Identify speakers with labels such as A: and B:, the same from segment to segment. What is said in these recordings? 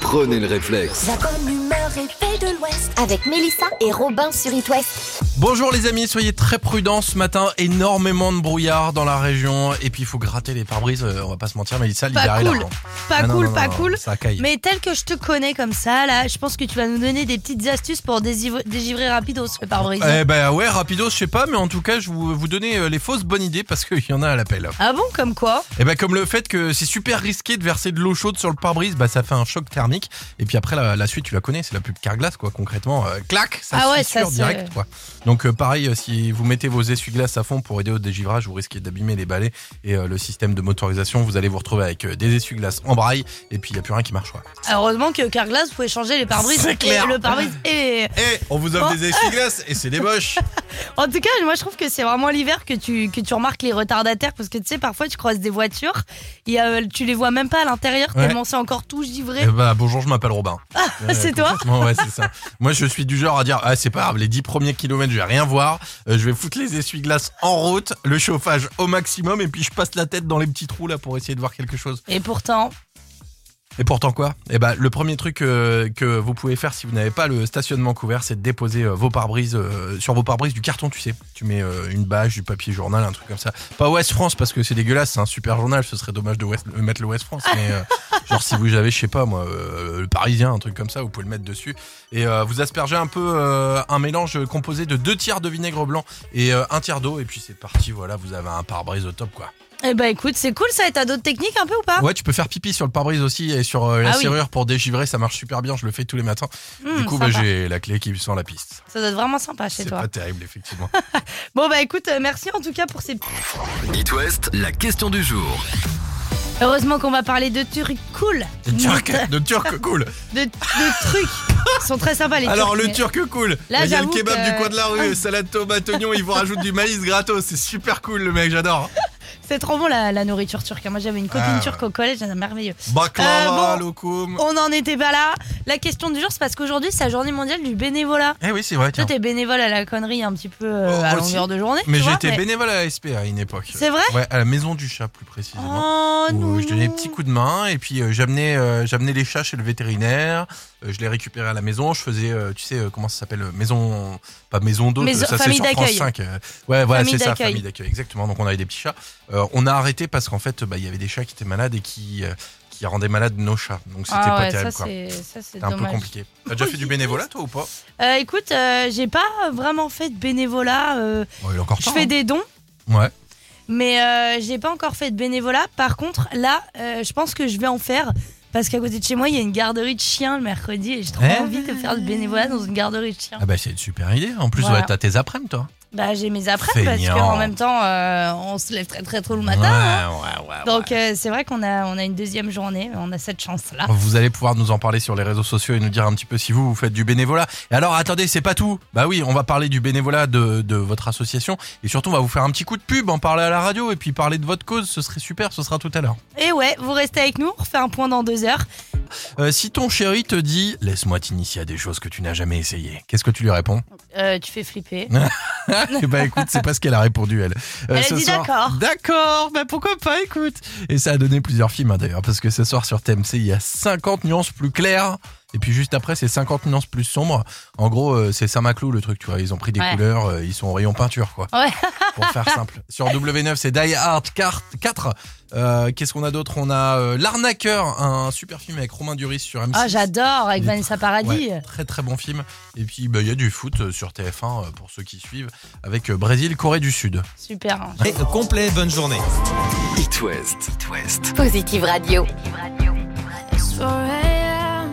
A: Prenez le réflexe.
B: La bonne humeur et paix de l'Ouest avec Mélissa et Robin sur It West.
C: Bonjour les amis, soyez très prudents ce matin, énormément de brouillard dans la région et puis il faut gratter les pare-brises, euh, on va pas se mentir Mélissa,
D: Pas
C: libérez
D: cool.
C: l'argent.
D: Pas
C: Ah non,
D: cool,
C: non, non,
D: pas
C: non,
D: cool.
C: Ça caille.
D: Mais tel que je te connais comme ça, là, je pense que tu vas nous donner des petites astuces pour désiv- dégivrer rapidos le pare-brise.
C: Eh ben ouais, rapido, je sais pas, mais en tout cas, je vous, vous donner euh, les fausses bonnes idées parce qu'il y en a à l'appel.
D: Ah bon, comme quoi
C: Eh ben comme le fait que c'est super risqué de verser de l'eau chaude sur le pare-brise, bah ça fait un choc thermique. Et puis après la, la suite, tu la connais, c'est la pub Carglass quoi. Concrètement, euh, clac, ça
D: Ah
C: se
D: ouais,
C: fissure
D: ça se-
C: direct quoi. Donc euh, pareil, euh, si vous mettez vos essuie-glaces à fond pour aider au dégivrage, vous risquez d'abîmer les balais et euh, le système de motorisation. Vous allez vous retrouver avec euh, des essuie-glaces en braille et puis il y a plus rien qui marche quoi.
D: Heureusement que Carglass, vous pouvez changer les pare-brises.
C: C'est
D: et-
C: clair.
D: Le pare-brise et...
C: Eh, on vous offre
D: Oh.
C: des essuie-glaces et c'est des moches.
D: En tout cas, moi je trouve que c'est vraiment l'hiver que tu, que tu remarques les retardataires parce que tu sais, parfois tu croises des voitures et euh, tu les vois même pas à l'intérieur
C: Ouais.
D: tellement c'est encore tout givré.
C: Eh bah bonjour, je m'appelle Robin. Ouais,
D: Ah, c'est toi
C: complètement, Ouais, c'est ça. Moi, je suis du genre à dire, ah, c'est pas grave, les 10 premiers kilomètres, je vais rien voir. Euh, je vais foutre les essuie-glaces en route, le chauffage au maximum, et puis je passe la tête dans les petits trous là pour essayer de voir quelque chose.
D: Et pourtant,
C: Et pourtant quoi Eh ben, le premier truc euh, que vous pouvez faire si vous n'avez pas le stationnement couvert, c'est de déposer euh, vos pare-brises euh, sur vos pare-brises du carton, tu sais. Tu mets euh, une bâche, du papier journal, un truc comme ça. Pas Ouest France parce que c'est dégueulasse, c'est un super journal. Ce serait dommage de Ouest- euh, mettre le Ouest France, mais euh, genre si vous avez, je sais pas moi, euh, le Parisien, un truc comme ça, vous pouvez le mettre dessus. Et euh, vous aspergez un peu euh, un mélange composé de deux tiers de vinaigre blanc et euh, un tiers d'eau, et puis c'est parti. Voilà, vous avez un pare-brise au top quoi.
D: eh ben écoute, c'est cool ça et t'as d'autres techniques un peu ou pas
C: Ouais, tu peux faire pipi sur le pare-brise aussi et sur euh, la
D: Ah oui.
C: serrure pour dégivrer, ça marche super bien, je le fais tous les matins.
D: Hmm,
C: du coup, bah,
D: sympa.
C: j'ai la clé qui sent la piste.
D: Ça doit être vraiment sympa chez
C: C'est
D: toi.
C: pas terrible, effectivement.
D: Bon bah écoute, euh, merci en tout cas pour ces...
A: It West, la question du jour.
D: Heureusement qu'on va parler de trucs cool.
C: De turc, de turc cool.
D: De, de trucs. Ils sont très sympas les
C: Alors,
D: Turcs,
C: le
D: mais-
C: turc cool.
D: Là,
C: Il y a le
D: j'avoue
C: kebab
D: que- Ah.
C: du coin de la rue, salade tomate, oignon, ils vous rajoutent du maïs gratos. C'est super cool, le mec, j'adore.
D: C'est trop bon la, la nourriture turque. Moi j'avais une copine
C: Ah, ouais.
D: turque au collège, c'était merveilleux.
C: Baklava,
D: Euh, bon.
C: lokoum.
D: On n'en était pas là. La question du jour, c'est parce qu'aujourd'hui c'est la journée mondiale du bénévolat.
C: Eh oui, c'est vrai,
D: Toi
C: tiens.
D: t'es bénévole à la connerie un petit peu euh,
C: Oh,
D: à
C: aussi.
D: longueur de journée.
C: Mais
D: tu vois,
C: j'étais bénévole à la SP à une époque.
D: C'est vrai
C: Ouais, à la maison du chat, plus précisément.
D: Oh
C: où,
D: non.
C: euh, je donnais des
D: non.
C: petits coups de main et puis euh, j'amenais euh, j'amenais les chats chez le vétérinaire, euh, je les récupérais à la maison, je faisais euh, tu sais euh, comment ça s'appelle euh, maison pas maison d'hôte,
D: Maison-
C: ça c'est
D: famille
C: sur France
D: d'accueil.
C: 5. euh, ouais voilà,
D: Famille
C: c'est ça
D: d'accueil.
C: famille d'accueil exactement. Donc on avait des petits chats. Euh, on a arrêté parce qu'en fait bah, il y avait des chats qui étaient malades et qui euh, qui rendaient malades nos chats. Donc c'était
D: Ah
C: pas
D: ouais,
C: terrible
D: ça
C: quoi.
D: c'est ça, c'est
C: C'était un peu
D: dommage.
C: compliqué. T'as déjà fait du bénévolat toi ou pas
D: Euh, écoute, euh, j'ai pas vraiment fait de bénévolat. euh,
C: Ouais, Il est encore
D: je
C: temps,
D: fais
C: hein.
D: des dons.
C: Ouais.
D: Mais euh, j'ai pas encore fait de bénévolat. Par contre, là, euh, je pense que je vais en faire. Parce qu'à côté de chez moi, il y a une garderie de chiens le mercredi et j'ai trop
C: Eh.
D: envie de faire du bénévolat dans une garderie de chiens.
C: Ah bah c'est une super idée. En plus
D: Voilà.
C: ouais, t'as tes après toi.
D: Bah, j'ai mes après parce
C: Feignant.
D: qu'en même temps, euh, on se lève très très tôt le matin. hein.
C: ouais, ouais, ouais,
D: Donc, euh, c'est vrai qu'on a, on a une deuxième journée, on a cette chance-là.
C: Vous allez pouvoir nous en parler sur les réseaux sociaux et nous dire un petit peu si vous, vous faites du bénévolat. Et alors, attendez, c'est pas tout. Bah oui, on va parler du bénévolat de, de votre association. Et surtout, on va vous faire un petit coup de pub, en parler à la radio et puis parler de votre cause. Ce serait super, ce sera tout à l'heure.
D: Et ouais, vous restez avec nous, on refait un point dans deux heures.
C: Euh, si ton chéri te dit, laisse-moi t'initier à des choses que tu n'as jamais essayées, qu'est-ce que tu lui réponds
D: Euh, tu fais flipper.
C: Eh bah écoute, c'est pas ce qu'elle a répondu, elle. Euh,
D: Elle a
C: ce
D: dit d'accord.
C: D'accord, bah pourquoi pas, écoute. Et ça a donné plusieurs films hein, d'ailleurs, parce que ce soir sur TMC, il y a 50 nuances plus claires. Et puis juste après, c'est 50 nuances plus sombres. En gros, euh, c'est Saint-Maclou le truc, tu vois. Ils ont pris des
D: Ouais.
C: couleurs, euh, ils sont au rayon peinture, quoi.
D: Ouais.
C: Pour faire simple. Sur W9, c'est Die Hard 4. Euh, Qu'est-ce qu'on a d'autre On a euh, L'Arnaqueur, un super film avec Romain Duris sur M6.
D: Ah, j'adore,
C: Il
D: avec
C: est
D: Vanessa Paradis.
C: Ouais, très très bon film. Et puis bah, il y a du foot euh, sur TF1 euh, pour ceux qui suivent avec euh, Brésil, Corée du Sud.
D: Super. hein.
C: euh, complet, bonne journée.
A: It West. It West.
B: Positive Radio.
E: It's 4 a.m.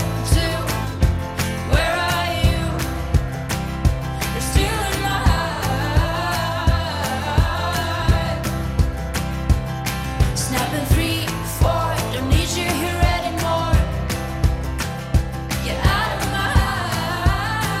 E: two, where are you? You're still in my heart. Snapping three, four, don't need you here anymore. You're out of my heart.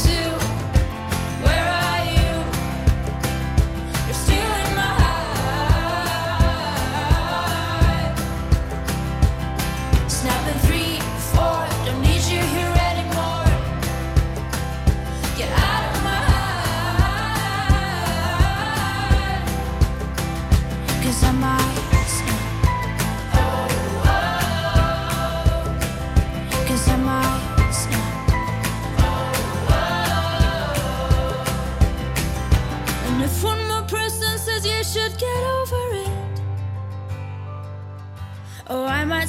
E: two. Where are you? You're still in my heart. Snapping three, four. Don't need you here anymore. Get out of my heart. 'Cause I might snap. Oh, Cause I might snap. Oh, And if one more person says you should get over it, oh, I might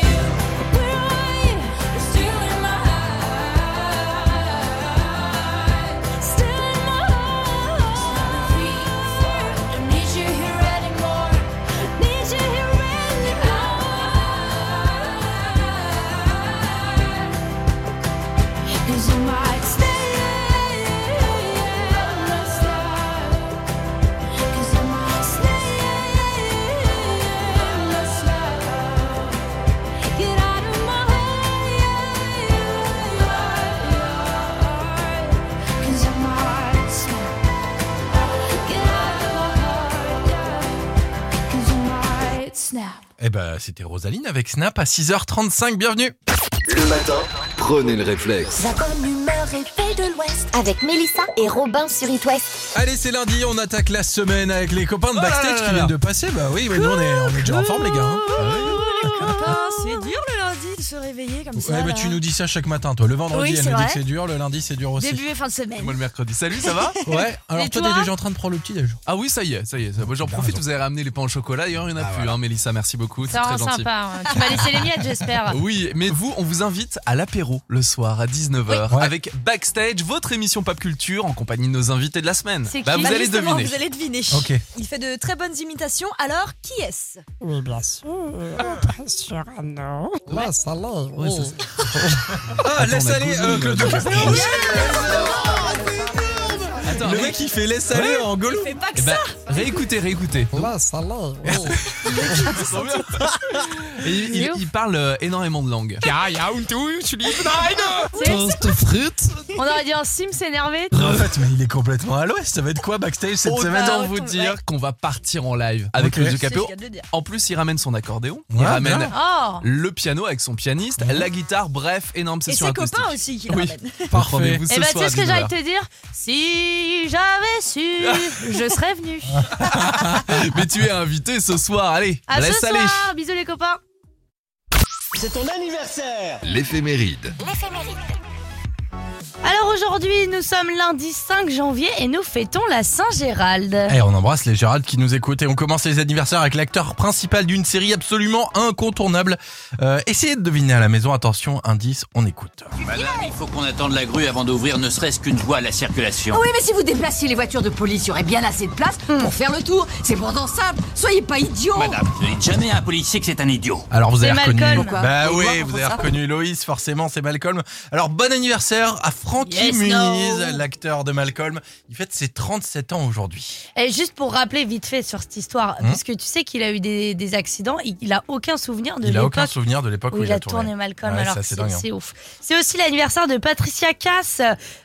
E: you? Where are you? You're still in my heart. Still in my heart. Snapping three, four. Don't need you here anymore. Need you here anymore. Cause you might stay and not stop. Cause I might stay and not stop. Get out of my heart. Cause I might stop. Get out of my heart. Cause I might snap.
C: Eh ben, c'était Rosaline avec Snap à 6h35. Bienvenue.
A: Le matin, prenez le réflexe.
B: La bonne humeur et paix de l'Ouest avec Mélissa et Robin sur It West.
C: Allez, c'est lundi, on attaque la semaine avec les copains de
F: là
C: backstage
F: là là
C: qui
F: là.
C: viennent de passer. Bah oui, mais nous on est, on est déjà en forme, les gars. hein.
D: Copains, Ah, C'est dur le lundi de se réveiller comme ça.
C: Ouais, bah
D: là. hein.
C: tu nous dis ça chaque matin, toi. Le vendredi,
F: Oui,
C: elle
F: c'est
C: nous dit
F: vrai.
C: que c'est dur, le lundi, c'est dur aussi.
F: Début et fin de semaine.
G: Moi le mercredi. Salut, ça va
C: Ouais, alors toi,
F: toi
C: t'es déjà en train de prendre le petit déj.
G: Ah oui, ça y est, ça y est. ça- Moi j'en profite, vous avez ramené les pains au chocolat, d'ailleurs,
C: Ah,
G: il n'y en a plus, hein, Mélissa, merci beaucoup, c'est
F: Ça
G: très
F: rend
G: gentil. Bah,
F: sympa. hein. Tu m'as laissé les miettes, j'espère.
G: Oui, mais vous, on vous invite à l'apéro le soir à 19h
C: Ouais.
G: avec Backstage, votre émission Pop Culture en compagnie de nos invités de la semaine.
F: C'est
G: Bah,
F: qui
G: vous
H: Bah,
G: allez
H: justement,
G: deviner.
H: Vous allez deviner.
C: Ok.
H: Il fait de très bonnes imitations. Alors, qui est-ce
I: Oui, bien sûr. Sur Anneau. Laisse aller.
G: Ouais, ça,
C: Ah, laisse
G: on a
C: aller,
G: Google, là,
C: euh, Claude
G: dans-
C: Lucas.
G: Attends,
C: Le
G: ré-
C: mec, il fait laisse aller en Oh, golou.
H: Fais pas que
G: eh ben,
H: ça.
G: réécoutez, réécoutez.
J: Oh.
I: Laisse aller.
G: Et il,
F: Il est
G: il-
F: ouf.
G: il parle euh, énormément de langues.
I: Toast frites.
F: On aurait dit un sim s'énerver.
C: En fait, mais il est complètement à l'ouest. Ça va être quoi backstage cette
G: Autant
C: semaine
H: bah,
G: vous
H: retourne,
G: dire qu'on va partir en live avec
C: Ok.
G: le
H: C'est
G: Capéo.
H: le cas de le dire.
G: En plus, il ramène son accordéon, il
C: Ouais,
G: ramène
C: bien.
F: Oh
G: le piano avec son pianiste, la guitare, bref, énorme
H: Et
G: session
H: ses
G: acoustique.
H: copains aussi qui le
G: Oui.
H: ramènent.
G: Rendez-vous ce
F: Eh ben, tu
G: soir à
F: sais ce que j'ai
G: 19h.
F: envie de te dire Si j'avais su, je serais venu.
G: Ah. Mais tu es invité ce soir, allez,
F: À
G: laisse
F: ce
G: aller.
F: soir, bisous les copains.
A: L'éphéméride.
D: Alors aujourd'hui, nous sommes lundi 5 janvier et nous fêtons la Saint-Gérald.
C: Eh, on embrasse les Gérald qui nous écoutent et on commence les anniversaires avec l'acteur principal d'une série absolument incontournable. Euh, essayez de deviner à la maison, attention, indice, on écoute.
K: Il faut qu'on attende la grue avant d'ouvrir ne serait-ce qu'une voie à la circulation.
J: Oui, mais si vous déplaciez les voitures de police, il y aurait bien assez de place pour faire le tour. C'est pourtant simple. Soyez pas idiots.
K: Madame, ne dites jamais à un policier que c'est un idiot.
C: Alors vous
D: C'est
C: avez reconnu.
D: Malcolm.
J: Pourquoi
C: Bah oui,
J: Pourquoi
C: vous
J: Pourquoi
C: avez
J: ça
C: reconnu Loïs, forcément, c'est Malcolm. Alors bon anniversaire à Frankie
D: Yes,
C: Muniz,
D: no.
C: l'acteur de Malcolm. Il fête ses 37 ans aujourd'hui.
D: Et juste pour rappeler vite fait sur cette histoire,
G: Hein
D: parce que tu sais qu'il a eu des, des accidents, il, il a aucun souvenir de
C: Il a aucun
D: l'époque
C: souvenir de l'époque où,
D: où il a
C: tourné.
D: tourné Malcolm.
C: Ouais,
D: alors
C: ça,
D: que
C: c'est
D: c'est
C: dingue, hein.
D: c'est ouf. C'est aussi l'anniversaire de Patricia Cass,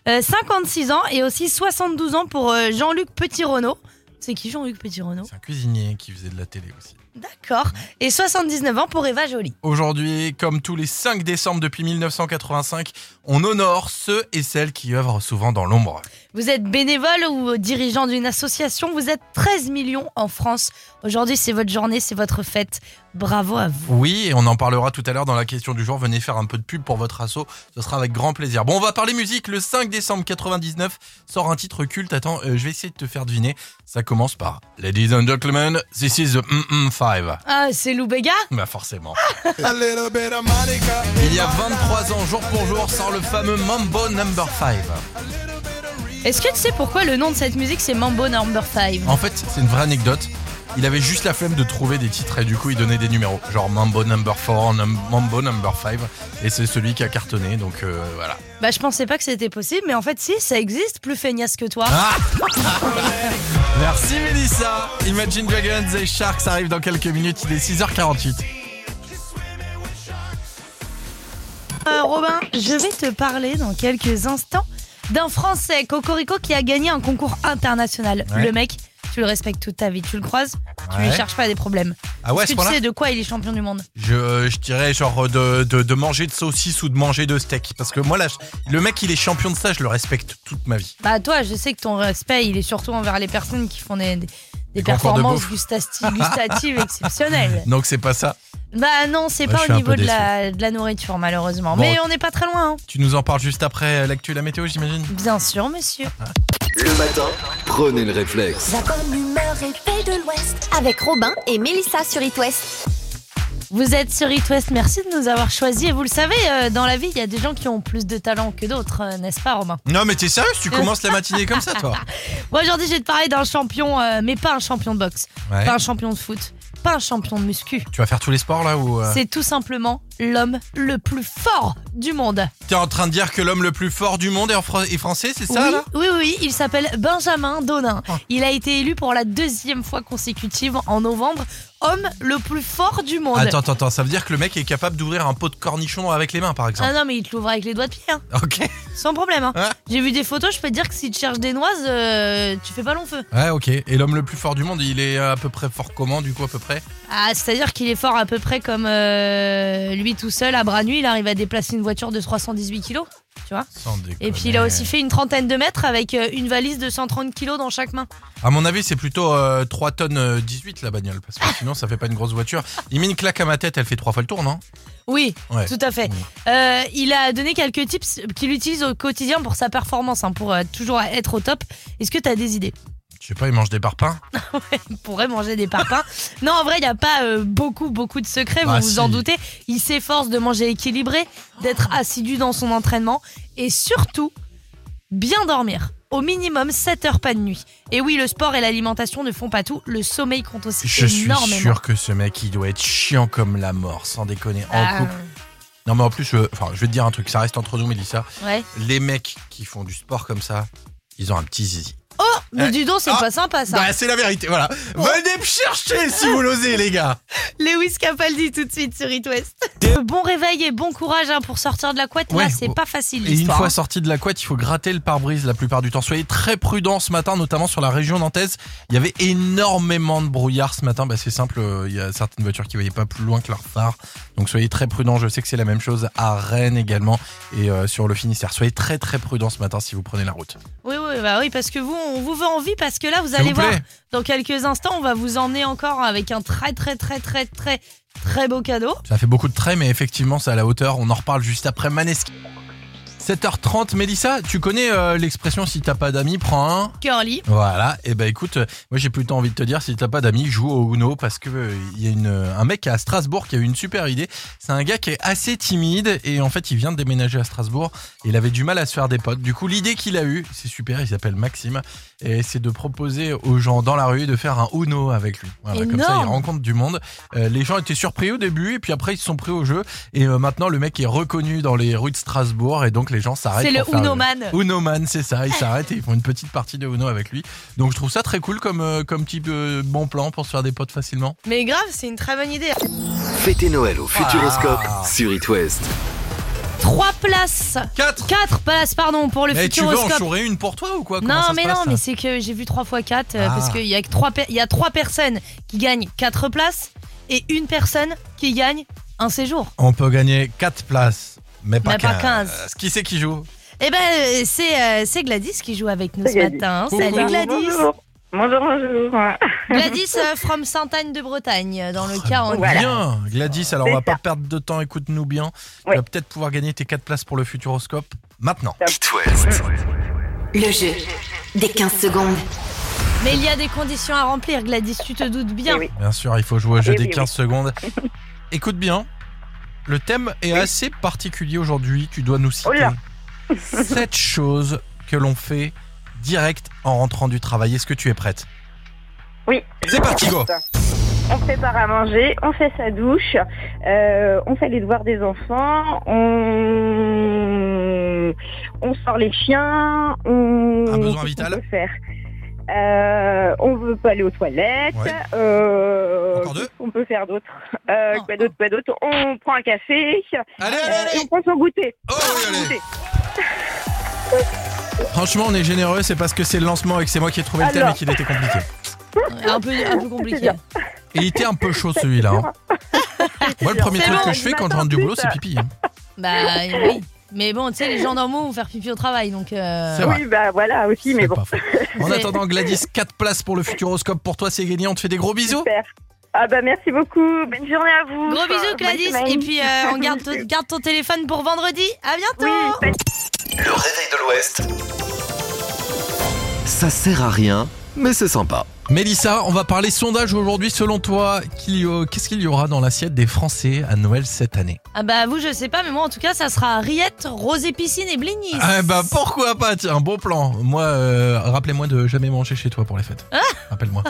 D: euh, 56 ans, et aussi 72 ans pour euh, Jean-Luc Petit-Renaud. C'est qui Jean-Luc Petit-Renaud
C: C'est un cuisinier qui faisait de la télé aussi.
D: D'accord. Et 79 ans pour Eva Jolie.
C: Aujourd'hui, comme tous les 5 décembre depuis 1985, on honore ceux et celles qui œuvrent souvent dans l'ombre.
D: Vous êtes bénévole ou dirigeant d'une association, vous êtes 13 millions en France. Aujourd'hui, c'est votre journée, c'est votre fête. Bravo à vous.
C: Oui, et on en parlera tout à l'heure dans la question du jour. Venez faire un peu de pub pour votre assaut, ce sera avec grand plaisir. Bon, on va parler musique. Le 5 décembre 99 sort un titre culte. Attends, euh, je vais essayer de te faire deviner. Ça commence par Ladies and gentlemen, this is the mm 5.
D: Ah, c'est Lou Béga
C: Bah forcément. Il y a 23 ans, jour pour jour, sort le fameux Mambo Number 5.
D: Est-ce que tu sais pourquoi le nom de cette musique c'est Mambo Number 5
C: En fait, c'est une vraie anecdote. Il avait juste la flemme de trouver des titres et du coup il donnait des numéros. Genre Mambo Number 4, Num- Mambo Number 5. Et c'est celui qui a cartonné, donc euh, voilà.
D: Bah, je pensais pas que c'était possible, mais en fait, si, ça existe, plus feignasse que
C: Ah,
D: toi.
C: Merci Mélissa. Imagine Dragons et Sharks arrivent dans quelques minutes. Il est 6h48.
D: Euh, Robin, je vais te parler dans quelques instants d'un Français, Cocorico, qui a gagné un concours international.
C: Ouais.
D: Le mec, tu le respectes toute ta vie, tu le croises, tu
C: Ouais.
D: lui cherches pas des problèmes.
C: Ah ouais, à ce
D: Est-ce que tu
C: point-là
D: sais de quoi il est champion du monde
C: Je, je dirais genre de, de, de manger de saucisse ou de manger de steak. Parce que moi, là, je- le mec, il est champion de ça, je le respecte toute ma vie.
D: Bah toi, je sais que ton respect, il est surtout envers les personnes qui font des, des- des
C: concours de
D: performances
C: bouffe.
D: gustati- gustatives exceptionnelles.
C: Donc, c'est pas ça.
D: Bah non, c'est
C: Moi, je
D: pas
C: suis
D: au
C: un
D: niveau
C: peu
D: de la, de la nourriture malheureusement.
C: Bon.
D: Mais on n'est pas très loin, hein.
C: Tu nous en parles juste après euh, l'actu et la météo, j'imagine
D: bien sûr, monsieur.
A: Le matin, prenez le réflexe.
B: La bonne humeur et paix de l'Ouest avec Robin et Mélissa sur It West.
D: Vous êtes sur It West, merci de nous avoir choisis. Et vous le savez, euh, dans la vie, il y a des gens qui ont plus de talent que d'autres, euh, n'est-ce pas, Romain
C: Non, mais t'es sérieux Tu commences la matinée comme ça, toi
D: Moi, aujourd'hui, je vais te parler d'un champion, euh, mais pas un champion de boxe,
C: Ouais.
D: pas un champion de foot, pas un champion de muscu.
C: Tu vas faire tous les sports là ou. euh,
D: C'est tout simplement l'homme le plus fort du monde.
C: T'es en train de dire que l'homme le plus fort du monde est, en Fran- est français, c'est ça
D: oui,
C: là Ah.
D: oui, oui, il s'appelle Benjamin Donin. Il a été élu pour la deuxième fois consécutive en novembre, homme le plus fort du monde.
C: Attends, attends, attends, ça veut dire que le mec est capable d'ouvrir un pot de cornichons avec les mains, par
D: Ah
C: exemple.
D: non, mais il te l'ouvre avec les doigts de pied, hein,
C: ok.
D: sans problème. hein.
C: Ouais.
D: J'ai vu des photos, je peux te dire que si tu cherches des noises, euh, tu fais pas long feu.
C: Ouais, ok. Et l'homme le plus fort du monde, il est à peu près fort comment, du coup, à peu près
D: Ah, c'est-à-dire qu'il est fort à peu près comme euh, lui tout seul, à bras nus, il arrive à déplacer une voiture de 318 kilos, tu vois.
C: Sans
D: Et
C: déconner.
D: puis il a aussi fait une trentaine de mètres avec euh, une valise de 130 kilos dans chaque main.
C: À mon avis, c'est plutôt euh, 3 tonnes euh, 18 la bagnole, parce
D: Ah.
C: que sinon ça fait pas une grosse voiture. Il met une claque à ma tête, elle fait trois fois le tour, non
D: Oui,
C: Ouais.
D: tout à fait. Euh, il a donné quelques tips qu'il utilise au quotidien pour sa performance, hein, pour euh, toujours être au top. Est-ce que tu as des idées
C: Je sais pas, il mange des parpaings.
D: Il pourrait manger des parpaings. non, en vrai, il n'y a pas euh, beaucoup, beaucoup de secrets,
C: Bah,
D: vous vous en
C: si. Ah.
D: doutez. Il s'efforce de manger équilibré, d'être assidu dans son entraînement et surtout, bien dormir. Au minimum 7 heures pas de nuit. Et oui, le sport et l'alimentation ne font pas tout. Le sommeil compte aussi
C: Je suis
D: énormément.
C: sûr que ce mec, il doit être chiant comme la mort, sans déconner. En
D: Ah,
C: couple. Non, mais en plus, euh, enfin, je vais te dire un truc, ça reste entre nous, Mélissa.
D: ouais.
C: Les mecs qui font du sport comme ça, ils ont un petit zizi.
D: Oh, mais
C: Eh.
D: du dos, c'est
C: Ah.
D: pas sympa ça. Oh.
C: Bah, c'est la vérité, voilà. Venez me chercher si vous l'osez, les gars.
D: Lewis Capaldi tout de suite sur It West. Euh, Bon réveil et bon courage hein, pour sortir de la couette.
C: Ouais. oh.
D: Là, c'est pas facile
C: Et une
D: l'histoire. hein.
C: fois sorti de la couette, il faut gratter le pare-brise la plupart du temps. Soyez très prudents ce matin, notamment sur la région nantaise. Il y avait énormément de brouillard ce matin. Bah, c'est simple, euh, il y a certaines voitures qui ne voyaient pas plus loin que leur phare. Donc soyez très prudents. Je sais que c'est la même chose à Rennes également et euh, sur le Finistère. Soyez très très prudents ce matin si vous prenez la route.
D: Oui, oui, bah oui, parce que vous, on vous veut en vie parce que là, vous
C: S'il
D: allez
C: vous
D: voir.
C: plaît.
D: Dans quelques instants, on va vous emmener encore avec un très, très, très, très, très, très beau cadeau.
C: Ça fait beaucoup de traits, mais effectivement, c'est à la hauteur. On en reparle juste après Maneski. 7h30, Mélissa, tu connais euh, l'expression si t'as pas d'amis, prends un.
D: Curly.
C: Voilà, et ben écoute, euh, moi j'ai plutôt envie de te dire, si t'as pas d'amis, joue au Uno parce que euh, il y a une, euh, un mec à Strasbourg qui a eu une super idée. C'est un gars qui est assez timide et en fait il vient de déménager à Strasbourg. Et il avait du mal à se faire des potes. Du coup, l'idée qu'il a eue, c'est super, il s'appelle Maxime, et c'est de proposer aux gens dans la rue de faire un Uno avec lui. Voilà, comme ça
D: Énorme.
C: il rencontre du monde. Euh, les gens étaient surpris au début et puis après ils se sont pris au jeu. Et euh, maintenant le mec est reconnu dans les rues de Strasbourg et donc les gens s'arrêtent.
D: C'est le
C: pour faire
D: Uno Man.
C: Uno Man, c'est ça. Ils s'arrêtent et ils font une petite partie de Uno avec lui. Donc je trouve ça très cool comme, euh, comme petit euh, bon plan pour se faire des potes facilement.
D: Mais grave, c'est une très bonne idée.
A: Fêtez Noël au Futuroscope
C: Ah.
A: sur It West.
D: Trois places.
C: 4
D: Quatre places, pardon, pour le
C: Mais tu veux en
D: futuroscope.
C: chourer une pour toi ou quoi Comment
D: Non,
C: ça se
D: mais
C: passe,
D: non,
C: ça
D: mais c'est que j'ai vu 3 fois 4
C: Ah.
D: parce qu'il y, a que trois per- il y a 3 personnes qui gagnent 4 places et une personne qui gagne un séjour.
C: On peut gagner 4 places, mais pas
D: Mais pas
C: 15.
D: 15.
C: Qui c'est qui joue
D: Eh ben, euh, c'est euh, c'est Gladys qui joue avec nous ce
L: Gladys.
D: matin.
C: Coucou.
D: Salut Gladys.
L: Bonjour. Bonjour, bonjour.
D: Gladys euh, from Sainte-Anne de Bretagne, dans
C: Ah,
D: le cas en
C: Bien, Gladys, alors on va pas perdre de temps, écoute-nous bien. Tu vas peut-être pouvoir gagner tes 4 places pour le Futuroscope maintenant.
A: It West.
J: Le jeu des 15 secondes.
D: Mais il y a des conditions à remplir, Gladys, tu te doutes
L: Eh
D: bien.
C: Bien sûr, il faut jouer au jeu
D: Oui,
C: des
D: oui,
C: 15 secondes. Écoute bien, le thème est assez particulier aujourd'hui. Tu dois nous
D: Oh
C: citer sept choses que l'on fait direct en rentrant du travail. Est-ce que tu es prête
L: Oui.
C: C'est parti, go
L: On prépare à manger, on fait sa douche, euh, on fait les devoirs des enfants, on, on sort les chiens, on...
C: Un besoin
L: qu'est-ce qu'on
C: vital
L: peut faire Euh, on veut pas aller aux toilettes.
C: Ouais.
L: euh, qu'est-ce qu'on peut faire d'autre
C: Ah,
L: Euh, Quoi d'autre Quoi d'autre On prend un café. euh, et on prend son goûter.
C: Oh
L: On prend son goûter.
C: Franchement, on est généreux, c'est parce que c'est le lancement et que c'est moi qui ai trouvé le thème
L: Alors.
C: et qu'il était compliqué.
D: Un peu, un peu compliqué.
C: Et il était un peu chaud celui-là. hein. Moi, le premier
D: C'est
C: truc
D: bon,
C: que je
D: du
C: fais quand je
D: matin
C: rentre du
D: plus,
C: boulot, c'est
D: euh.
C: pipi. hein.
D: Bah oui. Mais bon, tu sais, les gens normaux vont faire pipi au travail, donc. euh,
C: C'est vrai. Oui,
L: bah voilà aussi,
C: mais bon. En
D: C'est-
C: attendant, Gladys, 4 places pour le Futuroscope. Pour toi, c'est gagné. On te fait des gros bisous.
L: Ah bah merci beaucoup. Bonne journée à vous.
D: Gros bisous,
L: Bonne
D: Gladys.
L: semaine.
D: Et puis, euh, on garde, garde ton téléphone pour vendredi. À bientôt.
A: Le réveil de l'Ouest. Ça sert à rien, mais c'est sympa.
C: Mélissa, on va parler sondage aujourd'hui. Selon toi, qu'il y a- qu'est-ce qu'il y aura dans l'assiette des Français à Noël cette année
D: Ah bah vous, je sais pas, mais moi en tout cas, ça sera rillettes, rosé piscine et blinis.
C: Eh bah pourquoi pas Tiens, bon plan. Moi, euh, rappelez-moi de jamais manger chez toi pour les fêtes. Rappelle-moi.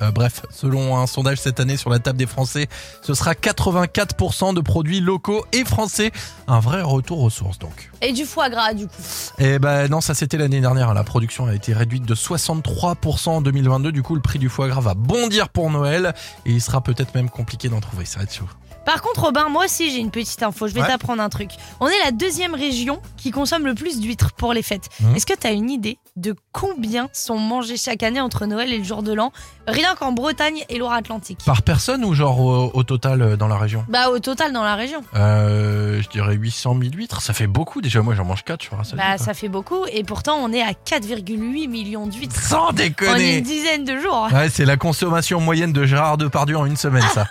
C: Euh, bref, selon un sondage cette année sur la table des Français, ce sera 84% de produits locaux et français. Un vrai retour aux sources donc.
D: Et du foie gras, du coup.
C: Eh ben non, ça c'était l'année dernière. La production a été réduite de 63% en 2022. Du coup, le prix du foie gras va bondir pour Noël et il sera peut-être même compliqué d'en trouver. Ça va être chaud.
D: Par contre, Robin, moi aussi j'ai une petite info. Je vais
C: Ouais.
D: t'apprendre un truc. On est la deuxième région qui consomme le plus d'huîtres pour les fêtes.
C: Mhm.
D: Est-ce que t'as une idée de combien sont mangées chaque année entre Noël et le jour de l'an, rien qu'en Bretagne et Loire-Atlantique
C: Par personne ou genre au, au total euh, dans la région
D: Bah au total dans la région.
C: euh, Je dirais 800 000 huîtres. Ça fait beaucoup déjà. Moi, j'en mange 4 sur un seul.
D: Bah ça fait beaucoup et pourtant on est à 4,8 millions d'huîtres.
C: Sans
D: En une
C: déconner
D: dizaine de jours.
C: Ouais, c'est la consommation moyenne de Gérard Depardieu en une semaine, ça.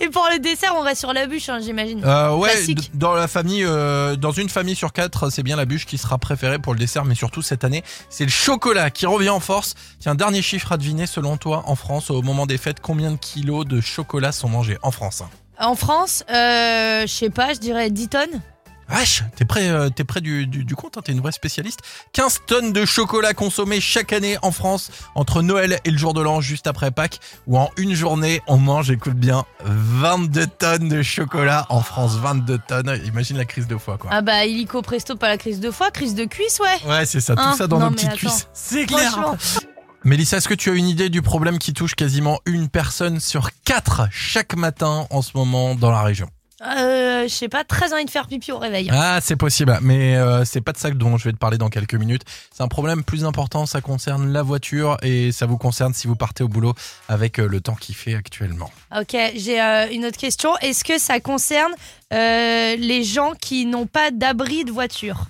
D: Et pour le dessert, on reste sur la bûche, hein, j'imagine.
C: Euh, ouais,
D: Classique.
C: d- dans la famille, euh, dans une famille sur quatre, c'est bien la bûche qui sera préférée pour le dessert, mais surtout cette année, c'est le chocolat qui revient en force. Tiens, dernier chiffre à deviner, selon toi, en France, au moment des fêtes, combien de kilos de chocolat sont mangés en France hein
D: En France, euh, je sais pas, je dirais 10 tonnes.
C: Vache, t'es près, euh, t'es près du, du, du compte, hein, t'es une vraie spécialiste. 15 tonnes de chocolat consommées chaque année en France entre Noël et le jour de l'an, juste après Pâques, où en une journée, on mange, écoute bien, 22 tonnes de chocolat en France. 22 tonnes, imagine la crise de foie, quoi.
D: Ah bah, illico presto, pas la crise de foie, crise de cuisse, ouais.
C: Ouais, c'est ça, tout
D: Hein
C: ça dans
D: Non,
C: nos
D: mais
C: petites
D: attends.
C: cuisses.
D: Franchement.
C: Mélissa, est-ce que tu as une idée du problème qui touche quasiment une personne sur quatre chaque matin en ce moment dans la région
D: Euh, je sais pas, très envie de faire pipi au réveil.
C: Ah, c'est possible, mais euh, c'est pas de ça dont je vais te parler dans quelques minutes. C'est un problème plus important, ça concerne la voiture et ça vous concerne si vous partez au boulot avec euh, le temps qu'il fait actuellement.
D: Ok, j'ai euh, une autre question. Est-ce que ça concerne euh, les gens qui n'ont pas d'abri de voiture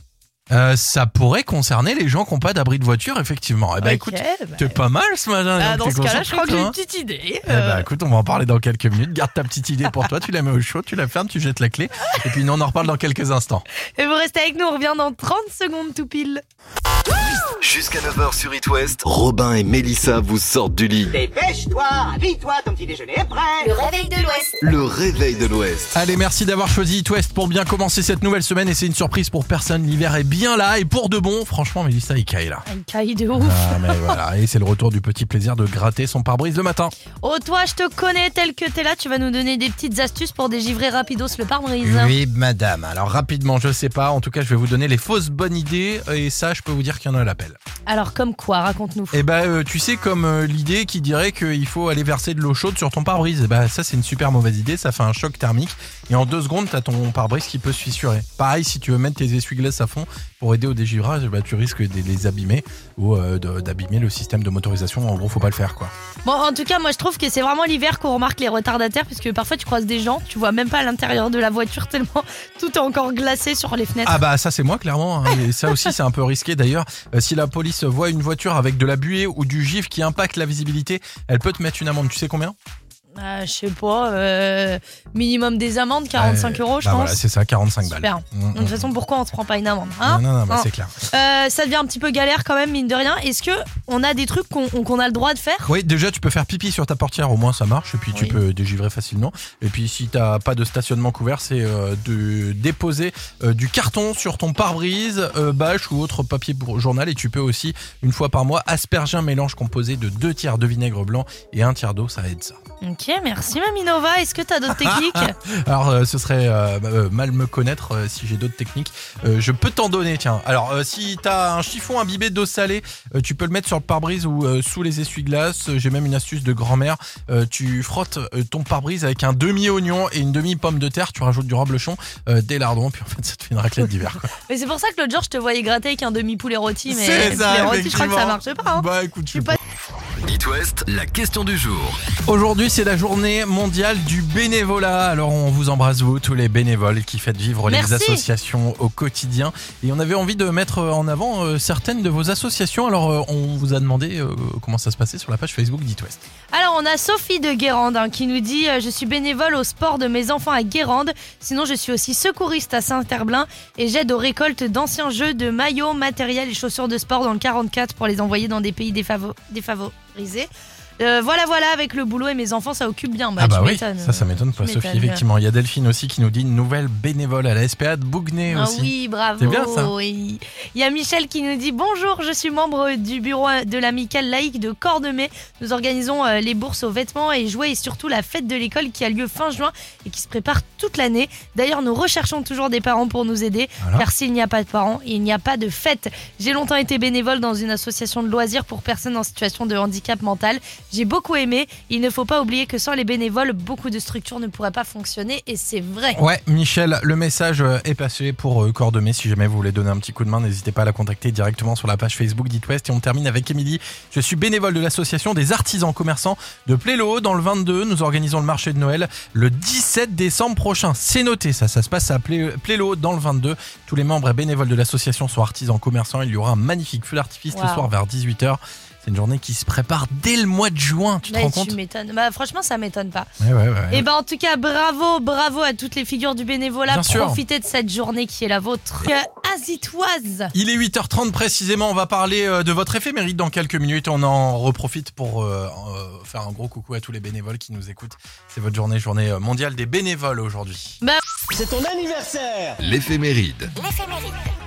C: Euh, ça pourrait concerner les gens qui n'ont pas d'abri de voiture, effectivement. Eh ben,
D: Ok,
C: écoute,
D: bah,
C: t'es pas mal ce matin.
D: Bah,
C: donc
D: dans
C: t'es
D: ce cas-là,
C: concentré,
D: je crois
C: toi,
D: que j'ai
C: hein.
D: euh, une petite idée.
C: Eh ben, écoute, on va en parler dans quelques minutes. Garde ta petite idée pour toi, tu la mets au chaud, tu la fermes, tu jettes la clé. Et puis, nous, on en reparle dans quelques instants.
D: Et vous restez avec nous, on revient dans 30 secondes tout pile.
A: Jusqu'à 9h sur It West, Robin et Mélissa vous sortent du lit.
M: Dépêche-toi, habille-toi, ton petit déjeuner est prêt.
B: Le réveil de l'Ouest.
A: Le réveil de l'Ouest.
C: Allez, merci d'avoir choisi It West pour bien commencer cette nouvelle semaine. Et c'est une surprise pour personne. L'hiver est bien là et pour de bon. Franchement, Mélissa, il caille là.
D: Il caille de ouf.
C: Ah, mais voilà. Et c'est le retour du petit plaisir de gratter son pare-brise le matin.
D: Oh toi, je te connais tel que t'es là, tu vas nous donner des petites astuces pour dégivrer rapidos le pare-brise.
C: Oui, madame. Alors, rapidement, je sais pas. En tout cas, je vais vous donner les fausses bonnes idées. Et ça, je peux vous dire qu'il y en a à l'appel.
D: Alors comme quoi, raconte-nous.
C: Eh ben, euh, tu sais, comme euh, l'idée qui dirait qu'il faut aller verser de l'eau chaude sur ton pare-brise. Eh ben, ça, c'est une super mauvaise idée. Ça fait un choc thermique. Et en deux secondes, t'as ton pare-brise qui peut se fissurer. Pareil, si tu veux mettre tes essuie-glaces à fond pour aider au dégivrage, eh ben, tu risques de les abîmer ou euh, de- d'abîmer le système de motorisation. En gros, faut pas le faire, quoi.
D: Bon, en tout cas, moi je trouve que c'est vraiment l'hiver qu'on remarque les retardataires, puisque parfois tu croises des gens, tu vois même pas à l'intérieur de la voiture tellement tout est encore glacé sur les fenêtres.
C: Ah bah ça c'est moi clairement hein. et ça aussi c'est un peu risqué d'ailleurs Euh, si la police voit une voiture avec de la buée ou du gif qui impacte la visibilité elle peut te mettre une amende tu sais combien
D: Euh, je sais pas, euh, minimum des amendes, 45
C: Euh,
D: euros, je
C: bah
D: pense.
C: voilà c'est ça 45 balles
D: Super.
C: Mm,
D: Donc, de toute
C: mm.
D: façon, pourquoi on se prend pas une amende hein
C: non non non bah,
D: Hein.
C: c'est clair
D: Euh, ça devient un petit peu galère quand même, mine de rien. Est-ce que on a des trucs qu'on qu'on a le droit de faire.
C: Oui, déjà, tu peux faire pipi sur ta portière, au moins ça marche, et puis tu
D: Oui.
C: peux dégivrer facilement. Et puis, si t'as pas de stationnement couvert, c'est euh, de déposer euh, du carton sur ton pare-brise, euh, bâche ou autre papier pour journal. Et tu peux aussi, une fois par mois, asperger un mélange composé de deux tiers de vinaigre blanc et un tiers d'eau, ça aide ça.
D: Ok, merci Maminova. Est-ce que t'as d'autres techniques
C: Alors, euh, ce serait euh, euh, mal me connaître euh, si j'ai d'autres techniques. Euh, je peux t'en donner, tiens. Alors, euh, si t'as un chiffon imbibé d'eau salée, euh, tu peux le mettre sur le pare-brise ou euh, sous les essuie-glaces. Euh, J'ai même une astuce de grand-mère. Euh, tu frottes euh, ton pare-brise avec un demi-oignon et une demi-pomme de terre. Tu rajoutes du reblochon, euh, des lardons, puis en fait, ça te fait une raclette d'hiver. quoi.
D: Mais c'est pour ça que l'autre jour, je te voyais gratter avec un demi-poulet rôti, mais
C: C'est
D: le
C: ça,
D: poulet rôti, je crois que
C: effectivement.
D: ça marche pas. hein.
C: Bah, écoute, je
D: suis pas.
A: It West, la question du jour.
C: Aujourd'hui, c'est la journée mondiale du bénévolat. Alors, on vous embrasse, vous, tous les bénévoles qui faites vivre
G: Merci.
C: les associations au quotidien. Et on avait envie de mettre en avant euh, certaines de vos associations. Alors, euh, on vous a demandé euh, comment ça se passait sur la page Facebook d'It West.
D: Alors, on a Sophie de Guérande hein, qui nous dit euh, Je suis bénévole au sport de mes enfants à Guérande. Sinon, je suis aussi secouriste à Saint-Herblain et j'aide aux récoltes d'anciens jeux de maillots, matériel et chaussures de sport dans le 44 pour les envoyer dans des pays défavo- défavorisés. Euh, voilà, voilà, avec le boulot et mes enfants, ça occupe bien. Bah,
C: ah bah
D: tu
C: oui,
D: m'étonnes.
C: ça, ça m'étonne pas,
D: Tu
C: Sophie,
D: m'étonnes.
C: effectivement. Il y a Delphine aussi qui nous dit une nouvelle bénévole à la SPA de Bouguenay
D: Ah
C: aussi.
D: oui, bravo.
C: C'est bien, ça.
D: oui. Il y a Michel qui nous dit bonjour, je suis membre du bureau de l'amicale laïque de Cordemais. Nous organisons euh, les bourses aux vêtements et jouets et surtout la fête de l'école qui a lieu fin juin et qui se prépare toute l'année. D'ailleurs, nous recherchons toujours des parents pour nous aider
F: Voilà.
D: car s'il n'y a pas de parents, il n'y a pas de fête. J'ai longtemps été bénévole dans une association de loisirs pour personnes en situation de handicap mental. J'ai beaucoup aimé. Il ne faut pas oublier que sans les bénévoles, beaucoup de structures ne pourraient pas fonctionner et c'est vrai.
C: Ouais, Michel, le message euh, est passé pour euh, Cordemais. Si jamais vous voulez donner un petit coup de main, n'hésitez pas à la contacter directement sur la page Facebook d'It West. Et on termine avec Émilie. Je suis bénévole de l'association des artisans commerçants de Plélo dans le 22. Nous organisons le marché de Noël le 17 décembre prochain. C'est noté, ça. Ça se passe à Plé- Plélo dans le 22. Tous les membres et bénévoles de l'association sont artisans commerçants. Il y aura un magnifique feu d'artifice le
D: Wow.
C: soir vers 18h. C'est une journée qui se prépare dès le mois de juin. Tu te
D: Bah,
C: rends compte
D: m'étonnes. Bah, franchement, ça m'étonne pas.
C: Ouais, ouais, ouais.
D: Et ben en tout cas, bravo, bravo à toutes les figures du bénévolat.
C: Bien sûr.
D: Profitez de cette journée qui est la vôtre. Euh, azitoise.
C: Il est 8h30 précisément, on va parler euh, de votre éphémérite dans quelques minutes. On en reprofite pour euh, euh, faire un gros coucou à tous les bénévoles qui nous écoutent. C'est votre journée, journée euh, mondiale des bénévoles aujourd'hui.
M: C'est ton anniversaire
A: L'éphéméride.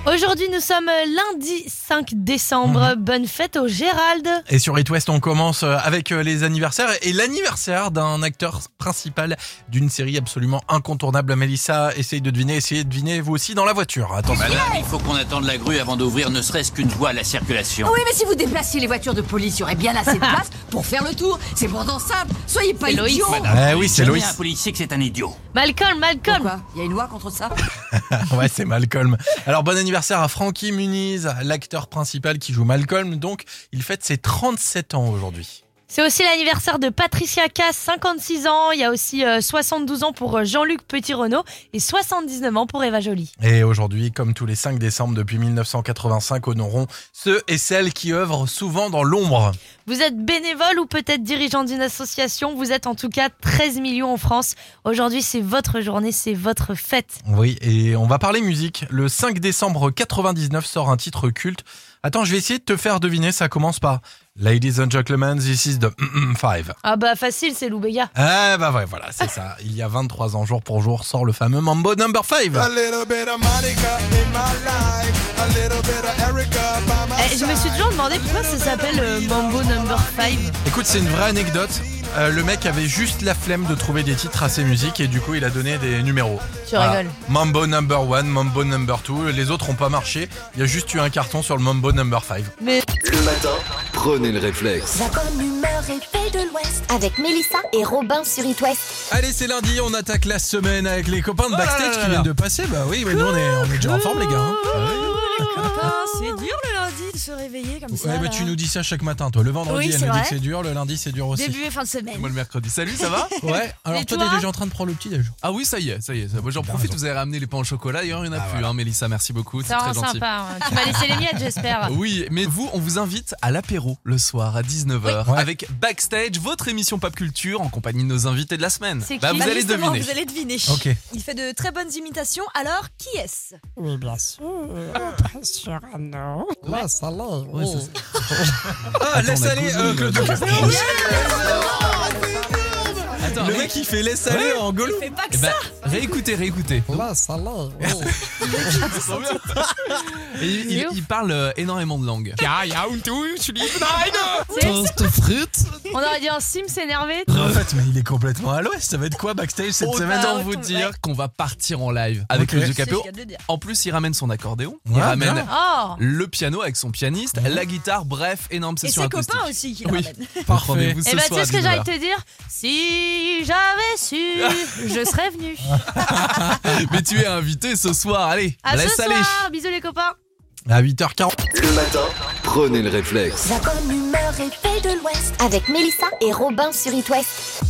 D: Aujourd'hui, nous sommes euh, lundi 5 décembre.
C: Mhm.
D: Bonne fête au Gérald.
C: Et sur It West, on commence euh, avec euh, les anniversaires et l'anniversaire d'un acteur principal d'une série absolument incontournable. Mélissa, essayez de deviner, essayez de deviner vous aussi dans la voiture. Attention.
K: Madame, il faut qu'on attende la grue avant d'ouvrir ne serait-ce qu'une voie à la circulation.
J: Oui, mais si vous déplaciez les voitures de police, il y aurait bien assez de place pour faire le tour. C'est pourtant simple. Soyez pas
K: C'est Loïs.
J: idiots.
K: Madame,
C: Ah oui, c'est
K: jamais
C: Loïs.
K: Un policier que c'est un idiot.
D: Malcolm, Malcolm.
J: Il y a une loi contre ça
C: ouais, c'est Malcolm. Alors, bon anniversaire à Frankie Muniz, l'acteur principal qui joue Malcolm. Donc, il fête ses 37 ans aujourd'hui.
D: C'est aussi l'anniversaire de Patricia Cass, 56 ans. Il y a aussi euh, 72 ans pour euh, Jean-Luc Petit-Renault et 79 ans pour Eva Jolie.
C: Et aujourd'hui, comme tous les 5 décembre depuis 1985, honorons ceux et celles qui œuvrent souvent dans l'ombre.
D: Vous êtes bénévole ou peut-être dirigeant d'une association, vous êtes en tout cas 13 millions en France. Aujourd'hui, c'est votre journée, c'est votre fête.
C: Oui, et on va parler musique. Le 5 décembre 99 sort un titre culte. Attends, je vais essayer de te faire deviner, ça commence par Ladies and Gentlemen, this is the 5.
D: Ah bah facile, c'est Lou Béga.
C: Ah bah ouais, voilà, c'est ça. Il y a 23 ans, jour pour jour, sort le fameux Mambo Number 5.
D: Eh, je me suis toujours demandé pourquoi ça s'appelle euh, Mambo Number 5.
C: Écoute, c'est une vraie anecdote. Euh, le mec avait juste la flemme de trouver des titres à ses musiques et du coup il a donné des numéros.
D: Tu rigoles.
C: Mambo number 1, Mambo number 2, les autres ont pas marché. Il y a juste eu un carton sur le Mambo number 5.
D: Mais
A: Le matin, prenez le réflexe.
B: La bonne humeur et paix de l'Ouest avec Mélissa et Robin sur It West.
G: Allez, c'est lundi, on attaque la semaine avec les copains de backstage
C: Oh là là
G: qui
C: là. Ah
G: viennent de passer. Bah oui, mais nous on est, on est déjà en forme, les gars. hein.
H: c'est dur le lundi de se réveiller comme ça.
G: Ouais, bah,
H: là.
G: tu nous dis ça chaque matin, toi. Le vendredi,
H: Oui,
G: elle
H: c'est
G: nous dit
H: vrai.
G: que c'est dur, le lundi, c'est dur aussi.
H: Début et fin de semaine.
G: Moi le mercredi. Salut, ça va
H: Ouais.
G: Alors
H: Et
G: toi,
H: toi
G: t'es déjà en train de prendre le petit déj. Ah oui, ça y est, ça y est. ça- Moi j'en profite, vous avez ramené les pains au chocolat. Hier, il y en a plus. Hein, Mélissa, merci beaucoup. C'est
D: Ça
G: très
D: rend
G: gentil.
D: sympa. hein. Tu m'as laissé les miettes, j'espère.
G: Oui, mais vous, on vous invite à l'apéro le soir à 19h avec Backstage, votre émission Pop Culture en compagnie de nos invités de la semaine.
H: C'est
G: Bah,
H: qui
G: vous
H: Bah,
G: allez
H: justement,
G: deviner.
H: Vous allez deviner.
G: Ok.
H: Il fait de très bonnes imitations. Alors, qui est-ce
I: Oui, bien sûr. Bien sûr, non. Là, ça aller.
G: Ouais,
I: oui.
J: Oh.
G: ça, Oh. Ah, laisse aller, euh, Claude de Castries. Attends, le mec il fait laisse aller
I: Ouais,
G: en golf.
I: il fait pas que
G: Eh ben,
I: ça.
G: réécoutez, réécoutez.
I: Laisse aller.
G: Et il, il- il parle euh, énormément de langues.
I: Ja, ja, und du, Toast frites.
D: On aurait dit un Sims énervé.
G: En fait, mais il est complètement à l'ouest. Ça va être quoi backstage cette
D: semaine
G: Autant vous dire qu'on va partir en live avec
C: Ok.
G: le
C: C'est
G: Capéo.
C: ce qu'il y a de dire.
G: En plus, il ramène son accordéon. il
C: Ouais,
G: ramène
C: bien.
D: Oh.
G: le piano avec son pianiste, la guitare. Bref, énorme
H: Et
G: session
H: ses
G: acoustique.
H: copains aussi qui le
G: Oui.
H: ramènent.
G: Parfait. Rendez-vous
D: Et
G: ce
D: bah, tu
G: soir
D: sais
G: à
D: ce que j'allais
G: 19h.
D: te dire Si j'avais su, je serais venu.
G: Mais tu es invité ce soir. Allez,
D: À
G: laisse
D: ce
G: aller.
D: soir, bisous les copains.
C: À 8h40.
A: Le matin, prenez le réflexe.
B: La bonne humeur est faite de l'Ouest avec Mélissa et Robin sur It West.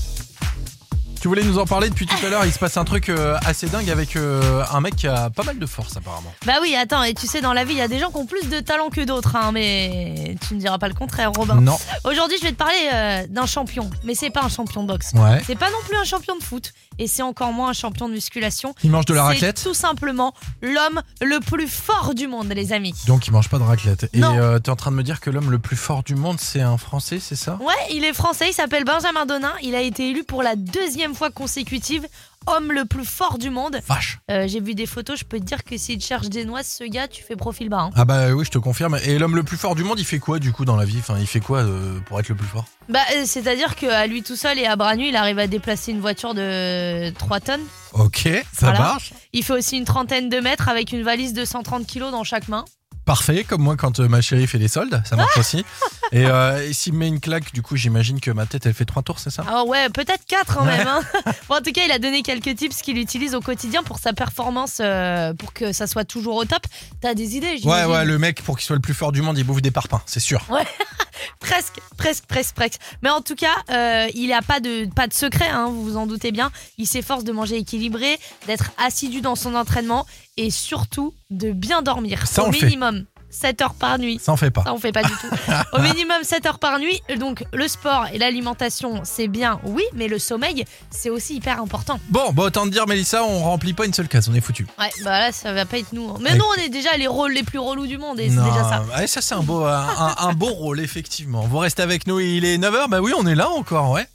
C: Tu voulais nous en parler depuis tout à l'heure. Il se passe un truc euh, assez dingue avec euh, un mec qui a pas mal de force apparemment.
D: Bah oui, attends, et tu sais, dans la vie, il y a des gens qui ont plus de talent que d'autres, hein, mais tu ne diras pas le contraire, Robin.
C: Non.
D: Aujourd'hui, je vais te parler euh, d'un champion, mais c'est pas un champion de boxe.
C: Ouais.
D: C'est pas non plus un champion de foot, et c'est encore moins un champion de musculation.
C: Il mange de la
D: C'est
C: raclette
D: tout simplement l'homme le plus fort du monde, les amis.
C: Donc il mange pas de raclette.
D: Non.
C: Et euh, t'es en train de me dire que l'homme le plus fort du monde c'est un Français, c'est ça
D: Ouais, il est français, il s'appelle Benjamin Donin. Il a été élu pour la deuxième fois consécutive homme le plus fort du monde.
C: Vache.
D: Euh, J'ai vu des photos, je peux te dire que s'il cherche des noises, ce gars, tu fais profil bas. hein.
C: Ah bah oui, je te confirme. Et l'homme le plus fort du monde, il fait quoi du coup dans la vie Enfin, il fait quoi euh, pour être le plus fort
D: Bah, euh, c'est-à-dire qu'à lui tout seul et à bras nus, il arrive à déplacer une voiture de 3 tonnes.
C: Ok, ça
D: Voilà.
C: marche.
D: Il fait aussi une trentaine de mètres avec une valise de 130 kilos dans chaque main.
C: Parfait, comme moi quand euh, ma chérie fait les soldes, ça marche aussi. Et, euh, et s'il me met une claque, du coup, j'imagine que ma tête, elle fait trois tours, c'est ça
D: Ah ouais, peut-être 4 en même. hein. Bon, en tout cas, il a donné quelques tips qu'il utilise au quotidien pour sa performance, euh, pour que ça soit toujours au top. T'as des idées,
C: Ouais,
D: j'imagine
C: ouais, le mec, pour qu'il soit le plus fort du monde, il bouffe des parpaings, c'est sûr.
D: Ouais, presque, presque, presque, presque. Mais en tout cas, euh, il n'a pas de, pas de secret, hein, vous vous en doutez bien. Il s'efforce de manger équilibré, d'être assidu dans son entraînement et surtout de bien dormir.
C: Ça, on
D: Au
C: le fait.
D: minimum, 7 heures par nuit.
C: Ça en fait pas.
D: Ça, on fait pas du tout. Au minimum 7 heures par nuit. Donc, le sport et l'alimentation, c'est bien, oui, mais le sommeil, c'est aussi hyper important.
C: Bon, bah autant te dire, Mélissa, on remplit pas une seule case, on est foutu.
D: Ouais, bah là, ça va pas être nous. hein. Mais
C: Avec-
D: nous, on est déjà les rôles les plus relous du monde et c'est déjà ça.
C: Ouais, ça c'est un beau, un, un- un beau rôle, effectivement. Vous restez avec nous, il est 9h, bah oui, on est là encore, ouais.